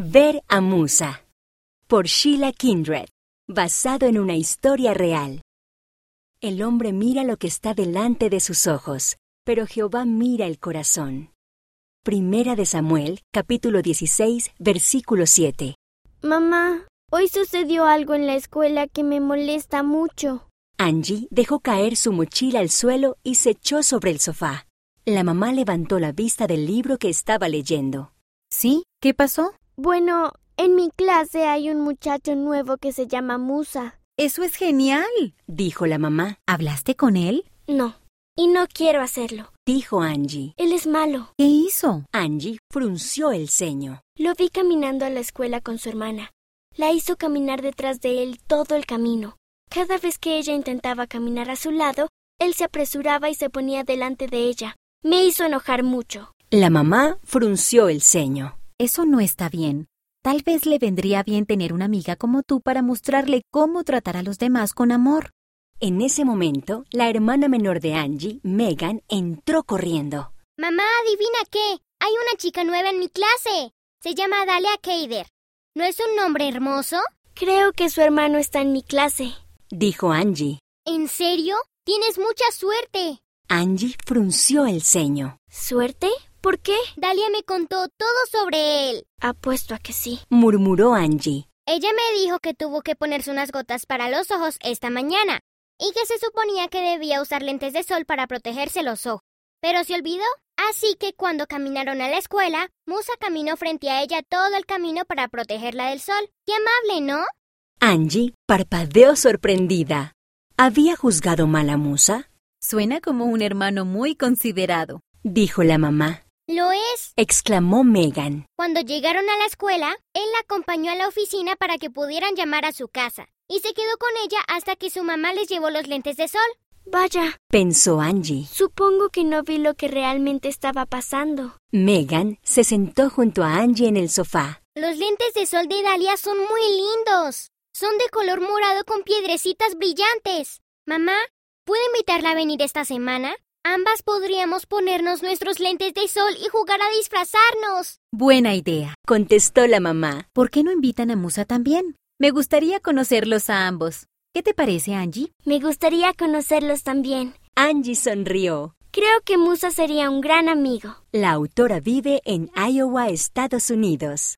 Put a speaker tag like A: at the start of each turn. A: Ver a Musa, por Sheila Kindred, basado en una historia real. El hombre mira lo que está delante de sus ojos, pero Jehová mira el corazón. Primera de Samuel, capítulo 16, versículo 7.
B: Mamá, hoy sucedió algo en la escuela que me molesta mucho.
A: Angie dejó caer su mochila al suelo y se echó sobre el sofá. La mamá levantó la vista del libro que estaba leyendo.
C: ¿Sí? ¿Qué pasó?
B: Bueno, en mi clase hay un muchacho nuevo que se llama Musa.
C: Eso es genial.
A: Dijo la mamá,
C: ¿Hablaste con él?
B: No, y no quiero hacerlo.
A: dijo Angie.
B: Él es malo.
C: ¿Qué hizo?
A: Angie frunció el ceño.
B: Lo vi caminando a la escuela con su hermana. La hizo caminar detrás de él todo el camino. Cada vez que ella intentaba caminar a su lado, él se apresuraba y se ponía delante de ella. Me hizo enojar mucho.
A: La mamá frunció el ceño.
C: Eso no está bien. Tal vez le vendría bien tener una amiga como tú para mostrarle cómo tratar a los demás con amor.
A: En ese momento, la hermana menor de Angie, Megan, entró corriendo.
D: Mamá, adivina qué. Hay una chica nueva en mi clase. Se llama Dalia Keider. ¿No es un nombre hermoso?
B: Creo que su hermano está en mi clase.
A: Dijo Angie.
D: ¿En serio? Tienes mucha suerte.
A: Angie frunció el ceño.
B: ¿Suerte? ¿Por qué?
D: Dalia me contó todo sobre él.
B: Apuesto a que sí.
A: Murmuró Angie.
D: Ella me dijo que tuvo que ponerse unas gotas para los ojos esta mañana y que se suponía que debía usar lentes de sol para protegerse los ojos. Pero se olvidó. Así que cuando caminaron a la escuela, Musa caminó frente a ella todo el camino para protegerla del sol. Qué amable, ¿no?
A: Angie parpadeó sorprendida. ¿Había juzgado mal a Musa?
C: Suena como un hermano muy considerado.
A: Dijo la mamá.
D: Lo es.
A: Exclamó Megan.
D: Cuando llegaron a la escuela, él la acompañó a la oficina para que pudieran llamar a su casa, y se quedó con ella hasta que su mamá les llevó los lentes de sol.
B: Vaya,
A: Pensó Angie.
B: supongo que no vi lo que realmente estaba pasando.
A: Megan se sentó junto a Angie en el sofá.
D: Los lentes de sol de Dalia son muy lindos. Son de color morado con piedrecitas brillantes. Mamá, ¿puedo invitarla a venir esta semana? Ambas podríamos ponernos nuestros lentes de sol y jugar a disfrazarnos.
C: Buena idea.
A: Contestó la mamá.
C: ¿Por qué no invitan a Musa también? Me gustaría conocerlos a ambos. ¿Qué te parece, Angie?
B: Me gustaría conocerlos también.
A: Angie sonrió.
B: Creo que Musa sería un gran amigo.
A: La autora vive en Iowa, Estados Unidos.